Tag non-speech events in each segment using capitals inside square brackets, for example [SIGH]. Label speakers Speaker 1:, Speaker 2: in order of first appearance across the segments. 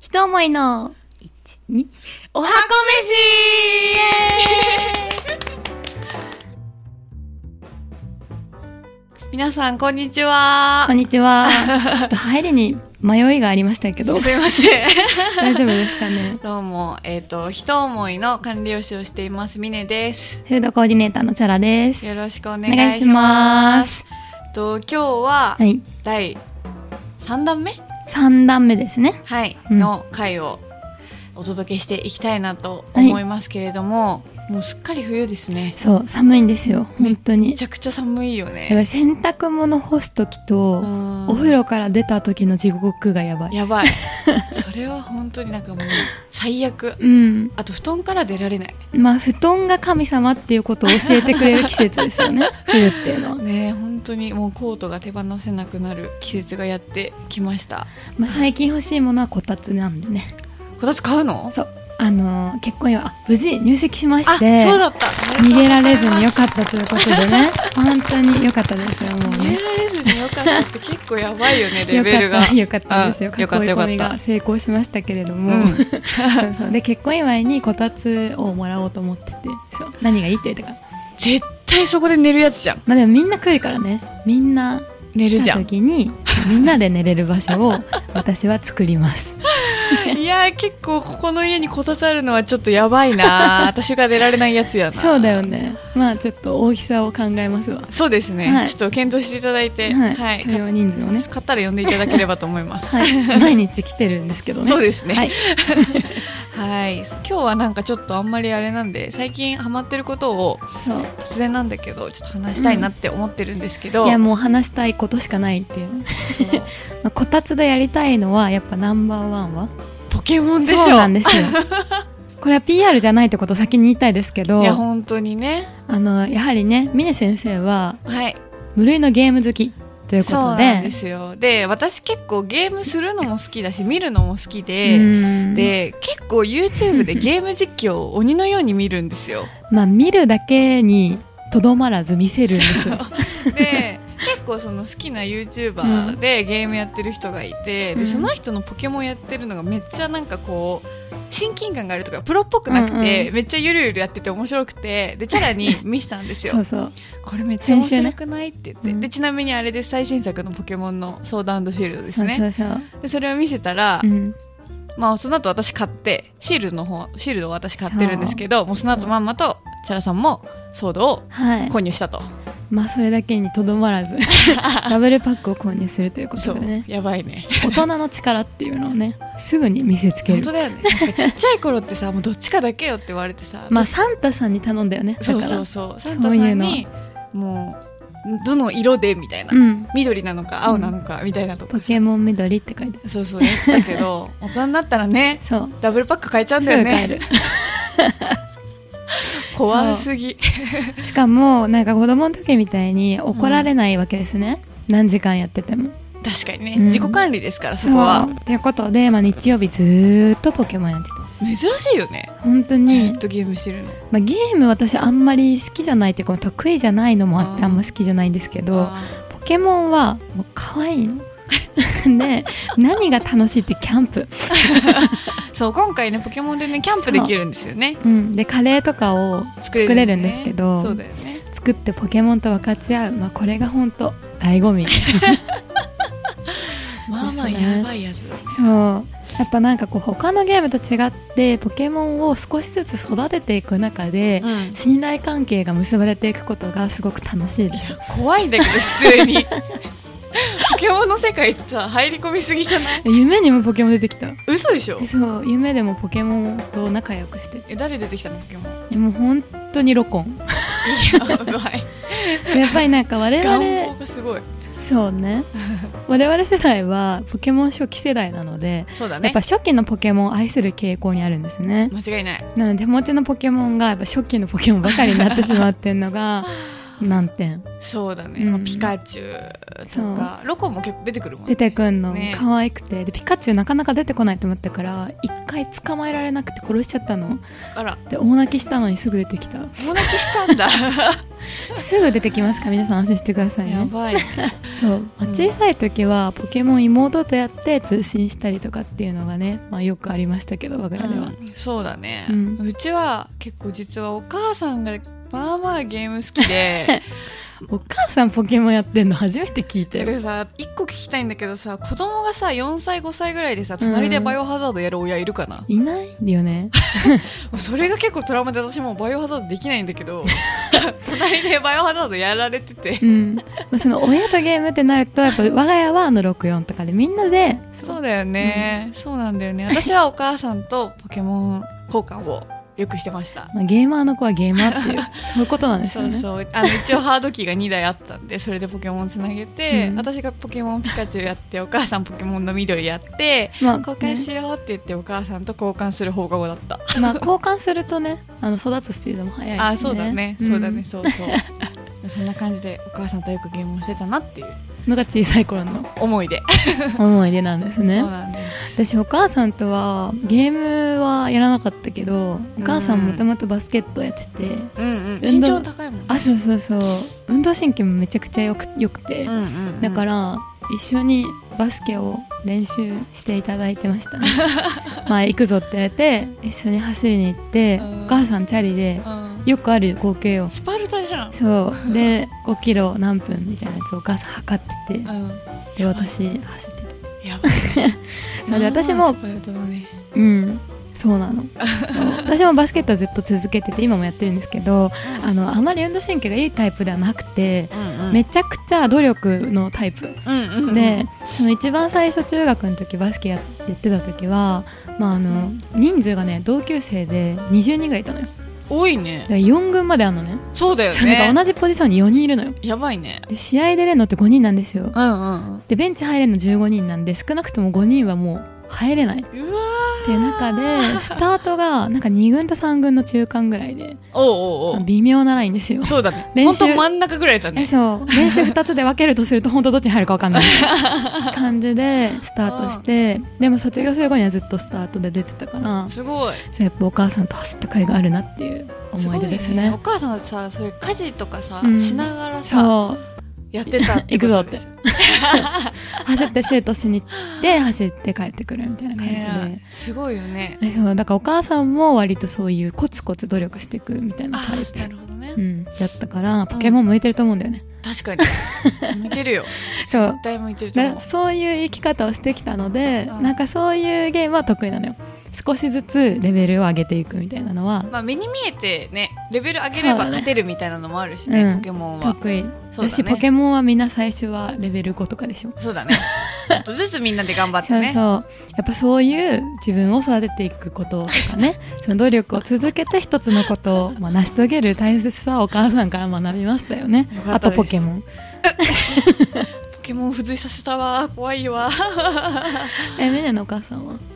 Speaker 1: 一思いの
Speaker 2: 一二
Speaker 1: おはこ飯
Speaker 2: 皆さんこんにちは
Speaker 1: こんにち
Speaker 2: [LAUGHS]
Speaker 1: は。ちょっと入りに迷いがありましたけど、
Speaker 2: すいません
Speaker 1: [LAUGHS] 大丈夫ですかね。
Speaker 2: どうもえっ、と一思いの管理栄養士をしていますミネです
Speaker 1: フードコーディネーターのチャラです。
Speaker 2: よろしくお
Speaker 1: お
Speaker 2: 願
Speaker 1: 願
Speaker 2: い
Speaker 1: い
Speaker 2: し
Speaker 1: し
Speaker 2: ま
Speaker 1: ますす。
Speaker 2: と今日は
Speaker 1: はい、
Speaker 2: 第三弾目
Speaker 1: 三段目ですね。
Speaker 2: はい、
Speaker 1: うん
Speaker 2: の回をお届けしていきたいなと思いますけれども、もうすっかり冬ですね
Speaker 1: そう、寒いんですよ。本当
Speaker 2: め
Speaker 1: に。
Speaker 2: ちゃくちゃ寒いよ
Speaker 1: やば
Speaker 2: ね
Speaker 1: い洗濯物干す時と、
Speaker 2: うん
Speaker 1: お風呂から出た時の地獄がやばい。
Speaker 2: やばい
Speaker 1: [LAUGHS]
Speaker 2: それは本当になんかもう最悪
Speaker 1: うん。
Speaker 2: あと布団から出られない
Speaker 1: まあ、布団が神様っていうことを教えてくれる季節ですよ
Speaker 2: [LAUGHS]
Speaker 1: ね。冬っていうのは。
Speaker 2: ねえ本当にもうコートが手放せなくなる季節がやってきました
Speaker 1: まあ、最近欲しいものはこたつなんでね。
Speaker 2: こたつ買うの
Speaker 1: そう。あのー結婚祝い、あ、無事入籍しま
Speaker 2: あ
Speaker 1: し
Speaker 2: そ
Speaker 1: て、
Speaker 2: うだった
Speaker 1: 逃げられずに良かったということで
Speaker 2: [LAUGHS]
Speaker 1: ね。本当に良かったですよ、もう
Speaker 2: 逃げ
Speaker 1: ね。
Speaker 2: られずによかったって結構やば
Speaker 1: [LAUGHS]
Speaker 2: いよねレ
Speaker 1: 良
Speaker 2: ベル
Speaker 1: か
Speaker 2: が
Speaker 1: った、良かったですよ。
Speaker 2: あよかった
Speaker 1: 囲い
Speaker 2: よか
Speaker 1: 込
Speaker 2: った
Speaker 1: みが成功しましたけれど
Speaker 2: う
Speaker 1: も。
Speaker 2: ん
Speaker 1: [LAUGHS] そうそう。で、結婚祝いにこたつをもらおうと思ってて、そう。何がいいって言ってから。
Speaker 2: 絶対そこで寝るやつじゃん
Speaker 1: まあでもみんな来るからね。みんな
Speaker 2: 寝る
Speaker 1: 来
Speaker 2: じ
Speaker 1: た
Speaker 2: ゃん
Speaker 1: 時に、みんなで寝れる場所を [LAUGHS] 私は作り
Speaker 2: [LAUGHS]
Speaker 1: ます。
Speaker 2: いやー結構ここの家にこたつあるのはちょっとやば
Speaker 1: [LAUGHS]
Speaker 2: いなー私が出られないやつやな
Speaker 1: そうだよね。まあちょっと大きさを考えますわ。
Speaker 2: そうですね、
Speaker 1: はい
Speaker 2: ちょっと検討していただいて
Speaker 1: はい。
Speaker 2: はい、
Speaker 1: 許容人数をね。
Speaker 2: 買ったら呼んでいただければと思います [LAUGHS]
Speaker 1: はい、毎日来てるんですけどね。
Speaker 2: そうですね
Speaker 1: はい、
Speaker 2: はい今日はなんかちょっとあんまりあれなんで最近ハマってることを
Speaker 1: そう。
Speaker 2: 突然なんだけどちょっと話したいなって思ってるんですけど、
Speaker 1: いやもう話したいことしかないって
Speaker 2: [LAUGHS]
Speaker 1: いう。
Speaker 2: そう
Speaker 1: まあ、こたつでやりたいのはやっぱナンバーワンは。
Speaker 2: ポケモンでしょ
Speaker 1: そうなん
Speaker 2: [LAUGHS]
Speaker 1: ですよ。これは PR じゃないってことを先に言いたいですけど
Speaker 2: いや、本当にね
Speaker 1: あのやはりね、峰先生は
Speaker 2: はい
Speaker 1: 無類のゲーム好きというこ
Speaker 2: そう
Speaker 1: と
Speaker 2: なん
Speaker 1: で
Speaker 2: で。すよで私結構ゲームするのも好きだし見るのも好き
Speaker 1: う
Speaker 2: で、
Speaker 1: ん
Speaker 2: で結構 YouTube でゲーム実況を鬼のように見るんですよ
Speaker 1: まあ見るだけにとどまらず見せるんですよ。
Speaker 2: で結構その好きな YouTuber でゲームやってる人がいて、
Speaker 1: うん
Speaker 2: でその人のポケモンやってるのがめっちゃなんかこう親近感があるとかプロっぽくなくて、
Speaker 1: うんう
Speaker 2: めっちゃゆるゆるやってて面白くて
Speaker 1: [LAUGHS]
Speaker 2: でチャラに見したんですよ
Speaker 1: そうそう。
Speaker 2: これめっちゃ面
Speaker 1: 先週ね
Speaker 2: 白くないって言って、
Speaker 1: うん
Speaker 2: でちなみにあれです最新作の「ポケモン」の「ソードシールド」です
Speaker 1: そう
Speaker 2: ね
Speaker 1: そうそう。
Speaker 2: でそれを見せたら、
Speaker 1: うん。
Speaker 2: まあ、その後私買ってシールドの方シールドを私買ってるんですけどもうその後まんまとチャラさんもソードを
Speaker 1: はい。
Speaker 2: 購入したと、
Speaker 1: まあそれだけにとどまら
Speaker 2: [LAUGHS]
Speaker 1: ずダブルパックを購入するということ
Speaker 2: そう
Speaker 1: でね
Speaker 2: やばいね
Speaker 1: 大人の力っていうのをねすぐに見せつけ
Speaker 2: 本
Speaker 1: る
Speaker 2: 当だよねなんかちっちゃい頃ってさもうどっちかだけよって言われてさ、
Speaker 1: まあサンタさんに頼んだよねだか
Speaker 2: そ
Speaker 1: ら
Speaker 2: うそうそうサ
Speaker 1: だから
Speaker 2: ンタさ
Speaker 1: そ
Speaker 2: ん
Speaker 1: うい
Speaker 2: にもうどの色でみたいな、
Speaker 1: うん
Speaker 2: 緑なのか青なのかみたいなとか
Speaker 1: ポ、ケモン緑って書いてある
Speaker 2: そうそうやってたけ
Speaker 1: [LAUGHS]
Speaker 2: ど大人になったらね
Speaker 1: そう
Speaker 2: ダブルパック買えちゃうん
Speaker 1: す
Speaker 2: だ
Speaker 1: ぐ
Speaker 2: よ
Speaker 1: 帰
Speaker 2: ね
Speaker 1: る
Speaker 2: 怖すぎ
Speaker 1: [LAUGHS] しかもなんか子供の時みたいに怒られないわけですね、何時間やってても
Speaker 2: 確かにね、
Speaker 1: うん
Speaker 2: 自己管理ですからそこは
Speaker 1: うっていうことで、まあ、日曜日ずーっとポケモンやってた
Speaker 2: 珍しいよね
Speaker 1: 本当
Speaker 2: ず
Speaker 1: に
Speaker 2: っ、とゲームしてるの、
Speaker 1: まあ、ゲーム私あんまり好きじゃないっていうか得意じゃないのもあってあんま好きじゃないんですけど、
Speaker 2: あ
Speaker 1: ポケモンはもう可愛いの [LAUGHS] で何が楽しいってキャンプ、
Speaker 2: ーそう今回ねポケモンでねキャンプできるんですよね
Speaker 1: うん、でカレーとかを
Speaker 2: 作
Speaker 1: 作れ
Speaker 2: よ
Speaker 1: るん
Speaker 2: ね
Speaker 1: ですけど
Speaker 2: そうだよね
Speaker 1: 作ってポケモンと分かち合う、まあ、これが本当醍醐味
Speaker 2: まあまあ
Speaker 1: ですね
Speaker 2: やばいやつだ
Speaker 1: [LAUGHS] そうやっぱなんかこう他のゲームと違ってポケモンを少しずつ育てていく中で、
Speaker 2: うん
Speaker 1: 信頼関係が結ばれていくことがすごく楽しいです
Speaker 2: 怖いんだけど普通 [LAUGHS] にポケモンの世界ってさ入り込みすぎじゃない
Speaker 1: [LAUGHS] 夢にもポケモン出てきた
Speaker 2: 嘘でしょ
Speaker 1: えそう夢でもポケモンと仲良くして
Speaker 2: え誰出てきたのポケモン
Speaker 1: てもう本当にロコン
Speaker 2: やばい
Speaker 1: [LAUGHS] やっぱりなんか我
Speaker 2: 願
Speaker 1: 々
Speaker 2: 望がすごい
Speaker 1: そう [LAUGHS] ね我々世代はポケモン初期世代なので、
Speaker 2: そうだ
Speaker 1: やっ
Speaker 2: ね
Speaker 1: ぱ初期のポケモンを愛する傾向にあるんですね
Speaker 2: 間違いない [LAUGHS]
Speaker 1: なので手持ちのポケモンがやっぱ初期のポケモンばかりになってしまってるのが難点
Speaker 2: そうだね、
Speaker 1: うん
Speaker 2: まあピカチュウとかロコも結構出てくるもん
Speaker 1: 出
Speaker 2: ね
Speaker 1: てくんの
Speaker 2: ね
Speaker 1: 可愛くて、でピカチュウなかなか出てこないと思ったから一回捕まえられなくて殺しちゃったの
Speaker 2: あら
Speaker 1: で大泣きしたのにすぐ出てき
Speaker 2: [LAUGHS]
Speaker 1: た
Speaker 2: 友達したんだ
Speaker 1: すぐ出てきますから皆さん安心してください
Speaker 2: や
Speaker 1: ね
Speaker 2: ばいね
Speaker 1: そう、まあ
Speaker 2: うん
Speaker 1: 小さい時はポケモン妹とやって通信したりとかっていうのがね、まあ、よくありましたけど我が家では、
Speaker 2: うんそうだね、
Speaker 1: う
Speaker 2: うんちは結構実はお母さんがまあまあゲーム好き [LAUGHS] で
Speaker 1: お母さんポケモンやってんの初めて聞いた
Speaker 2: だか
Speaker 1: よ
Speaker 2: らさ一個聞きたいんだけどさ子供がさ4歳5歳ぐらいでさ隣でバイオハザードやる親いるかな、
Speaker 1: いないんだよね
Speaker 2: それが結構トラウマで私もうバイオハザードできないんだけ [LAUGHS] ど隣でバイオハザードやられてて
Speaker 1: うん、まあ、その親とゲームってなるとやっぱ我が家はあの64とかでみんなで
Speaker 2: そうだよね、そうなんだよね私はお母さんとポケモン交換をよくしてました
Speaker 1: まあ、ゲーマーの子はゲーマーっていうそういうことなんです
Speaker 2: そ
Speaker 1: よ
Speaker 2: う
Speaker 1: ね
Speaker 2: そうあの一応ハードキーが2台あったんでそれでポケモンつなげて、
Speaker 1: うん
Speaker 2: 私がポケモンピカチュウやってお母さんポケモンの緑やって
Speaker 1: まあ
Speaker 2: 交換
Speaker 1: ね
Speaker 2: しようって言ってお母さんと交換する放課後だった、
Speaker 1: まあ交換するとねあの育つスピードも速いし、ね、
Speaker 2: あそうだね、
Speaker 1: ん
Speaker 2: そうだねそうそうそんな感じでお母さんとよくゲームをしてたなっていう
Speaker 1: のが小さい頃
Speaker 2: [LAUGHS]
Speaker 1: の
Speaker 2: 思い出、
Speaker 1: 思い出なんですね
Speaker 2: そうなんです
Speaker 1: 私お母さんとはゲームはやらなかったけどお母さんもともとバスケットやってて、
Speaker 2: うんうん
Speaker 1: 運
Speaker 2: 身
Speaker 1: 動
Speaker 2: 長高いもんね
Speaker 1: あそうそうそう運動神経もめちゃくちゃよくよくて、
Speaker 2: うんうんうん
Speaker 1: だから一緒にバスケを練習していただいてま
Speaker 2: [LAUGHS]
Speaker 1: したねまあ行くぞって言われて一緒に走りに行って、
Speaker 2: うん
Speaker 1: お母さんチャリで
Speaker 2: うん
Speaker 1: よくある光景を
Speaker 2: スパルタじゃん、 [LAUGHS]
Speaker 1: そうで5キロ何分みたいなやつをお母さん測って
Speaker 2: う
Speaker 1: て
Speaker 2: ん、
Speaker 1: で私走って
Speaker 2: やばい
Speaker 1: たそれで私も
Speaker 2: スパルタだね
Speaker 1: うんそうなのそ
Speaker 2: [LAUGHS]
Speaker 1: う私もバスケットはずっと続けてて今もやってるんですけどあのあまり運動神経がいいタイプではなくて
Speaker 2: うんうん
Speaker 1: めちゃくちゃ努力のタイプ
Speaker 2: うんうんうん
Speaker 1: でその一番最初中学の時バスケややってた時は、まあ、あの人数がね同級生で20人ぐらいいたのよ
Speaker 2: 多い
Speaker 1: だ
Speaker 2: ね
Speaker 1: から4軍まであんのね
Speaker 2: そうだよ
Speaker 1: そうなん
Speaker 2: ね
Speaker 1: か同じポジションに4人いるのよ
Speaker 2: やばいね
Speaker 1: で試合で出るのって5人なんですよ
Speaker 2: うんうん
Speaker 1: でベンチ入れるの15人なんで少なくとも5人はもう入れないっ
Speaker 2: うんうわ
Speaker 1: ていう中
Speaker 2: [LAUGHS]
Speaker 1: でスタートがなんか2軍と3軍の中間ぐらいで
Speaker 2: おうおうおう
Speaker 1: 微妙なラインですよ
Speaker 2: そうだね
Speaker 1: 練
Speaker 2: 本
Speaker 1: 習
Speaker 2: 当真ん中ぐらいだ
Speaker 1: え
Speaker 2: ね
Speaker 1: そう練習2つで分けるとすると本当どっちに入るか分かんない感じでスタートしてでも卒業する後にはずっとスタートで出てたから
Speaker 2: すごい
Speaker 1: そうやっぱお母さんと走った甲斐があるなっていう思い出ですね
Speaker 2: ごいお母さんだってさそれ家事とかさ
Speaker 1: うん
Speaker 2: しながらさ
Speaker 1: そう
Speaker 2: やってたってことでしょ
Speaker 1: 走ってシュートしに行って走って帰ってくるみたいな感じで、
Speaker 2: ねえすごいよね
Speaker 1: えそうだからお母さんも割とそういうコツコツ努力していくみたいな
Speaker 2: あ
Speaker 1: タイプ
Speaker 2: なるほどね
Speaker 1: うん、だったからポケモン向いてると思うんだよね、
Speaker 2: 確か
Speaker 1: [LAUGHS]
Speaker 2: に向いてるよ
Speaker 1: そう
Speaker 2: 絶対向いてると思
Speaker 1: だ
Speaker 2: う
Speaker 1: そういう生き方をしてきたので、
Speaker 2: うん
Speaker 1: なんかそういうゲームは得意なのよ少しずつレベルを上げていくみたいなのは
Speaker 2: まあ目に見えてねレベル上げれば勝てるみたいなのもあるしね
Speaker 1: うん
Speaker 2: ポケモンは
Speaker 1: 得意
Speaker 2: そ
Speaker 1: だ
Speaker 2: うだ
Speaker 1: し、ポ
Speaker 2: ね
Speaker 1: ケモンはみんな最初はレベル5とかでしょ
Speaker 2: そうだねちょっとずつみんなで頑張って
Speaker 1: そう
Speaker 2: ね
Speaker 1: そうやっぱそういう自分を育てていくこととかね [LAUGHS] その努力を続けて一つのことを、まあ、成し遂げる大切さをお母さんから学びましたよね
Speaker 2: よかった
Speaker 1: あと
Speaker 2: です
Speaker 1: ポケモン
Speaker 2: ポケモン付随させたわ怖いわ
Speaker 1: えみねのお母さんは
Speaker 2: [LAUGHS]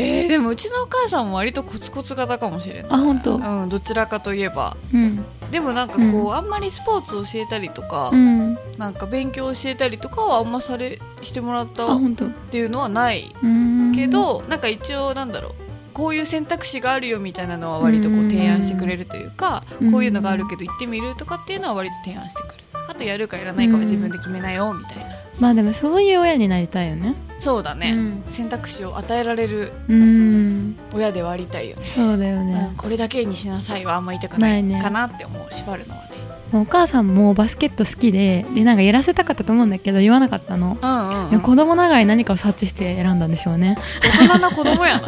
Speaker 2: えー、でもうちのお母さんも割とコツコツ型かもしれない
Speaker 1: あ本当
Speaker 2: うんどちらかといえば
Speaker 1: うん
Speaker 2: でもなんかこう、
Speaker 1: うん
Speaker 2: あんまりスポーツを教えたりとか、
Speaker 1: うん
Speaker 2: なんか勉強を教えたりとかはあんまされしてもらっ
Speaker 1: あ
Speaker 2: たっ
Speaker 1: 本当う
Speaker 2: ていうのはない
Speaker 1: ーん
Speaker 2: けど、なんか一応なんだろうこういう選択肢があるよみたいなのは割とこう提案してくれるというか、
Speaker 1: うん
Speaker 2: こういうのがあるけど行ってみるとかっていうのは割と提案してくるあとやるかやらないかは自分で決めなよみたいな、
Speaker 1: まあでもそういう親になりたいよね
Speaker 2: そうだね、
Speaker 1: うん
Speaker 2: 選択肢を与えられる
Speaker 1: うーん
Speaker 2: 親ではありたいよね
Speaker 1: そうだよ
Speaker 2: うん
Speaker 1: ね、
Speaker 2: これだけにしなさいはあんま痛くない
Speaker 1: ないね
Speaker 2: かなって思う縛るのはね
Speaker 1: お母さんもバスケット好きででなんかやらせたかったと思うんだけど言わなかったの、
Speaker 2: うんうん
Speaker 1: いや子供ながらに何かを察知して選んだんでしょうね [LAUGHS]
Speaker 2: 大人な子供 [LAUGHS] やな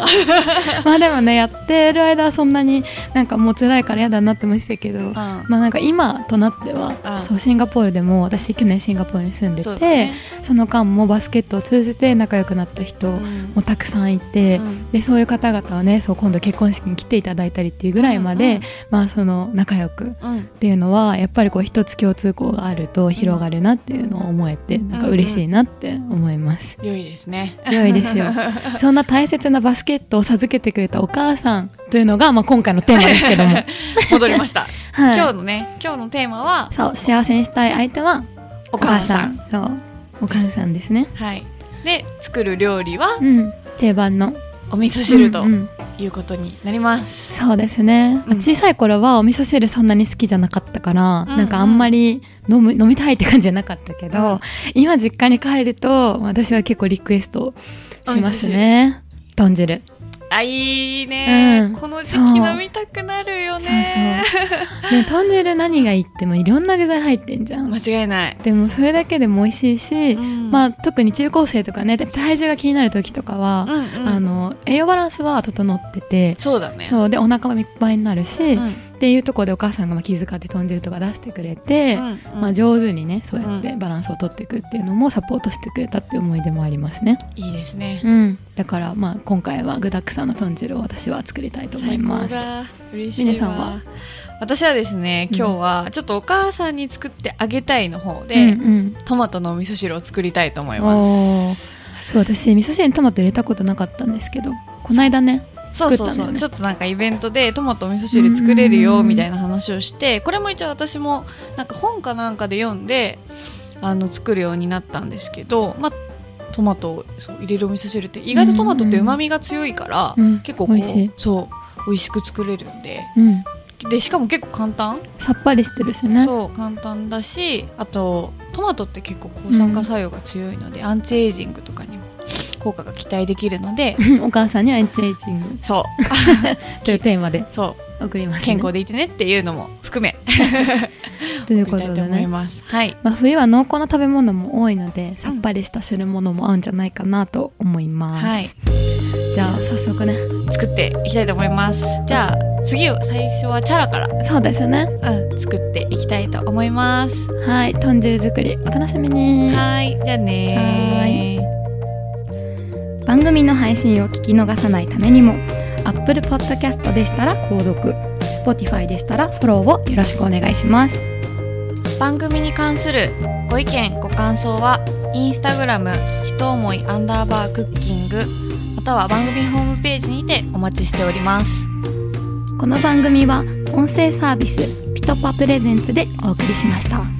Speaker 1: まあでもねやってる間はそんなになんかもう辛いから嫌だなって思ってたけど、まあなんか今となっては、
Speaker 2: うん
Speaker 1: そうシンガポールでも私去年シンガポールに住んでて
Speaker 2: そ
Speaker 1: そ,、
Speaker 2: うだね
Speaker 1: の間もバスケットを通じて仲良くなった人
Speaker 2: うん
Speaker 1: もたくさんいて、
Speaker 2: うん
Speaker 1: でそういう方々はねそう今度結婚式に来ていただいたりっていうぐらいまで、
Speaker 2: うんうん
Speaker 1: まあその仲良く
Speaker 2: うん
Speaker 1: っていうのはやっぱりこう一つ共通項があると広がるなっていうのを思えて、なんか嬉しいなって思い [LAUGHS] ます。
Speaker 2: 良いですね [LAUGHS]
Speaker 1: 良いですよそんな大切なバ [LAUGHS] スケットを授けてくれたお母さんというのが、まあ、今回のテーマですけども
Speaker 2: 戻りました
Speaker 1: はい、
Speaker 2: 今日のね今日のテーマは
Speaker 1: そう幸せにしたい相手は
Speaker 2: お母さん
Speaker 1: お母さんそうお母さんですね
Speaker 2: はいで作る料理は
Speaker 1: うん定番の
Speaker 2: お味噌汁と
Speaker 1: うんうん
Speaker 2: いうことになります、
Speaker 1: そうですね、
Speaker 2: うん
Speaker 1: 小さい頃はお味噌汁そんなに好きじゃなかったから、
Speaker 2: うんうん
Speaker 1: なんかあんまり飲む飲みたいって感じじゃなかったけど、
Speaker 2: うん
Speaker 1: 今実家に帰ると私は結構リクエストしますね豚汁
Speaker 2: あいいね、
Speaker 1: うん
Speaker 2: この時
Speaker 1: そう
Speaker 2: 期飲みたくなるよね
Speaker 1: そうそうで豚汁何がいいってもいろんな具材入ってんじゃん
Speaker 2: 間違いない、
Speaker 1: でもそれだけでも美味しいし、
Speaker 2: うん
Speaker 1: まあ特に中高生とかねで体重が気になる時とかは、
Speaker 2: うんうん
Speaker 1: あの栄養バランスは整ってて
Speaker 2: そうだね
Speaker 1: そうでお腹もいっぱいになるし、
Speaker 2: うん
Speaker 1: っていうところでお母さんがまあ気遣って豚汁とか出してくれて、
Speaker 2: うんうん
Speaker 1: まあ、上手にねそうやっ
Speaker 2: う
Speaker 1: てバランスを取っていくっていうのもサポートしてくれたっていう思い出もありますね、
Speaker 2: いいですね
Speaker 1: うん、だからまあ今回は具だくさんの豚汁を私は作りたいと思います
Speaker 2: 最高だ嬉しいわ
Speaker 1: ミネさんは
Speaker 2: 私はですね
Speaker 1: うん
Speaker 2: 今日はちょっとお母さんに作ってあげたいの方
Speaker 1: う
Speaker 2: で、
Speaker 1: ん
Speaker 2: トマトのお味噌汁を作りたいと思い
Speaker 1: うん、
Speaker 2: ま
Speaker 1: おーそう私味噌汁にトマト入れたことなかったんですけどこの間ね
Speaker 2: すそうそう
Speaker 1: 作ったん
Speaker 2: そ
Speaker 1: だよ
Speaker 2: う、
Speaker 1: ね
Speaker 2: ちょっとなんかイベントでトマトお味噌汁作れるよみたいな話をしてこれも一応私もなんか本かなんかで読んであの作るようになったんですけどまあトマトをそう入れるお味噌汁って意外とトマトってうまみが強いから、
Speaker 1: うん
Speaker 2: 結構こう
Speaker 1: 美味しい
Speaker 2: そう美味しく作れるんで
Speaker 1: うん
Speaker 2: でしかも結構簡単
Speaker 1: さっぱりしてるしね
Speaker 2: そう簡単だしあとトマトって結構抗酸化作用が強いので、アンチエイジングとかにも効果が期待できるので
Speaker 1: [LAUGHS] お母さんにアンチエイジング
Speaker 2: そう
Speaker 1: というテーマで
Speaker 2: そ
Speaker 1: 送りま
Speaker 2: う
Speaker 1: す、ね、
Speaker 2: 健康でいてねっていうのも含め
Speaker 1: という
Speaker 2: 送
Speaker 1: こ
Speaker 2: りた
Speaker 1: と
Speaker 2: い
Speaker 1: で
Speaker 2: と思い
Speaker 1: ね
Speaker 2: ますはい
Speaker 1: まあ、冬は濃厚な食べ物も多いのでさっぱりした汁物も合うんじゃないかなと思います、
Speaker 2: はい
Speaker 1: じゃあ早速ね
Speaker 2: 作っていきたいと思いますじゃあ次を最初はチャラか
Speaker 1: そうですね
Speaker 2: ら、うん、作っていきたいと思います
Speaker 1: はい豚汁作りお楽しみに
Speaker 2: はいじゃあねー
Speaker 1: 番組の配信を聞き逃さないためにも Apple Podcast でしたら購読 Spotify でしたらフォローをよろしくお願いします
Speaker 2: 番組に関するご意見ご感想はインスタグラムひと思いアンダーバークッキングまたは番組ホームページにてお待ちしております
Speaker 1: この番組は音声サービスピトパプレゼンツでお送りしました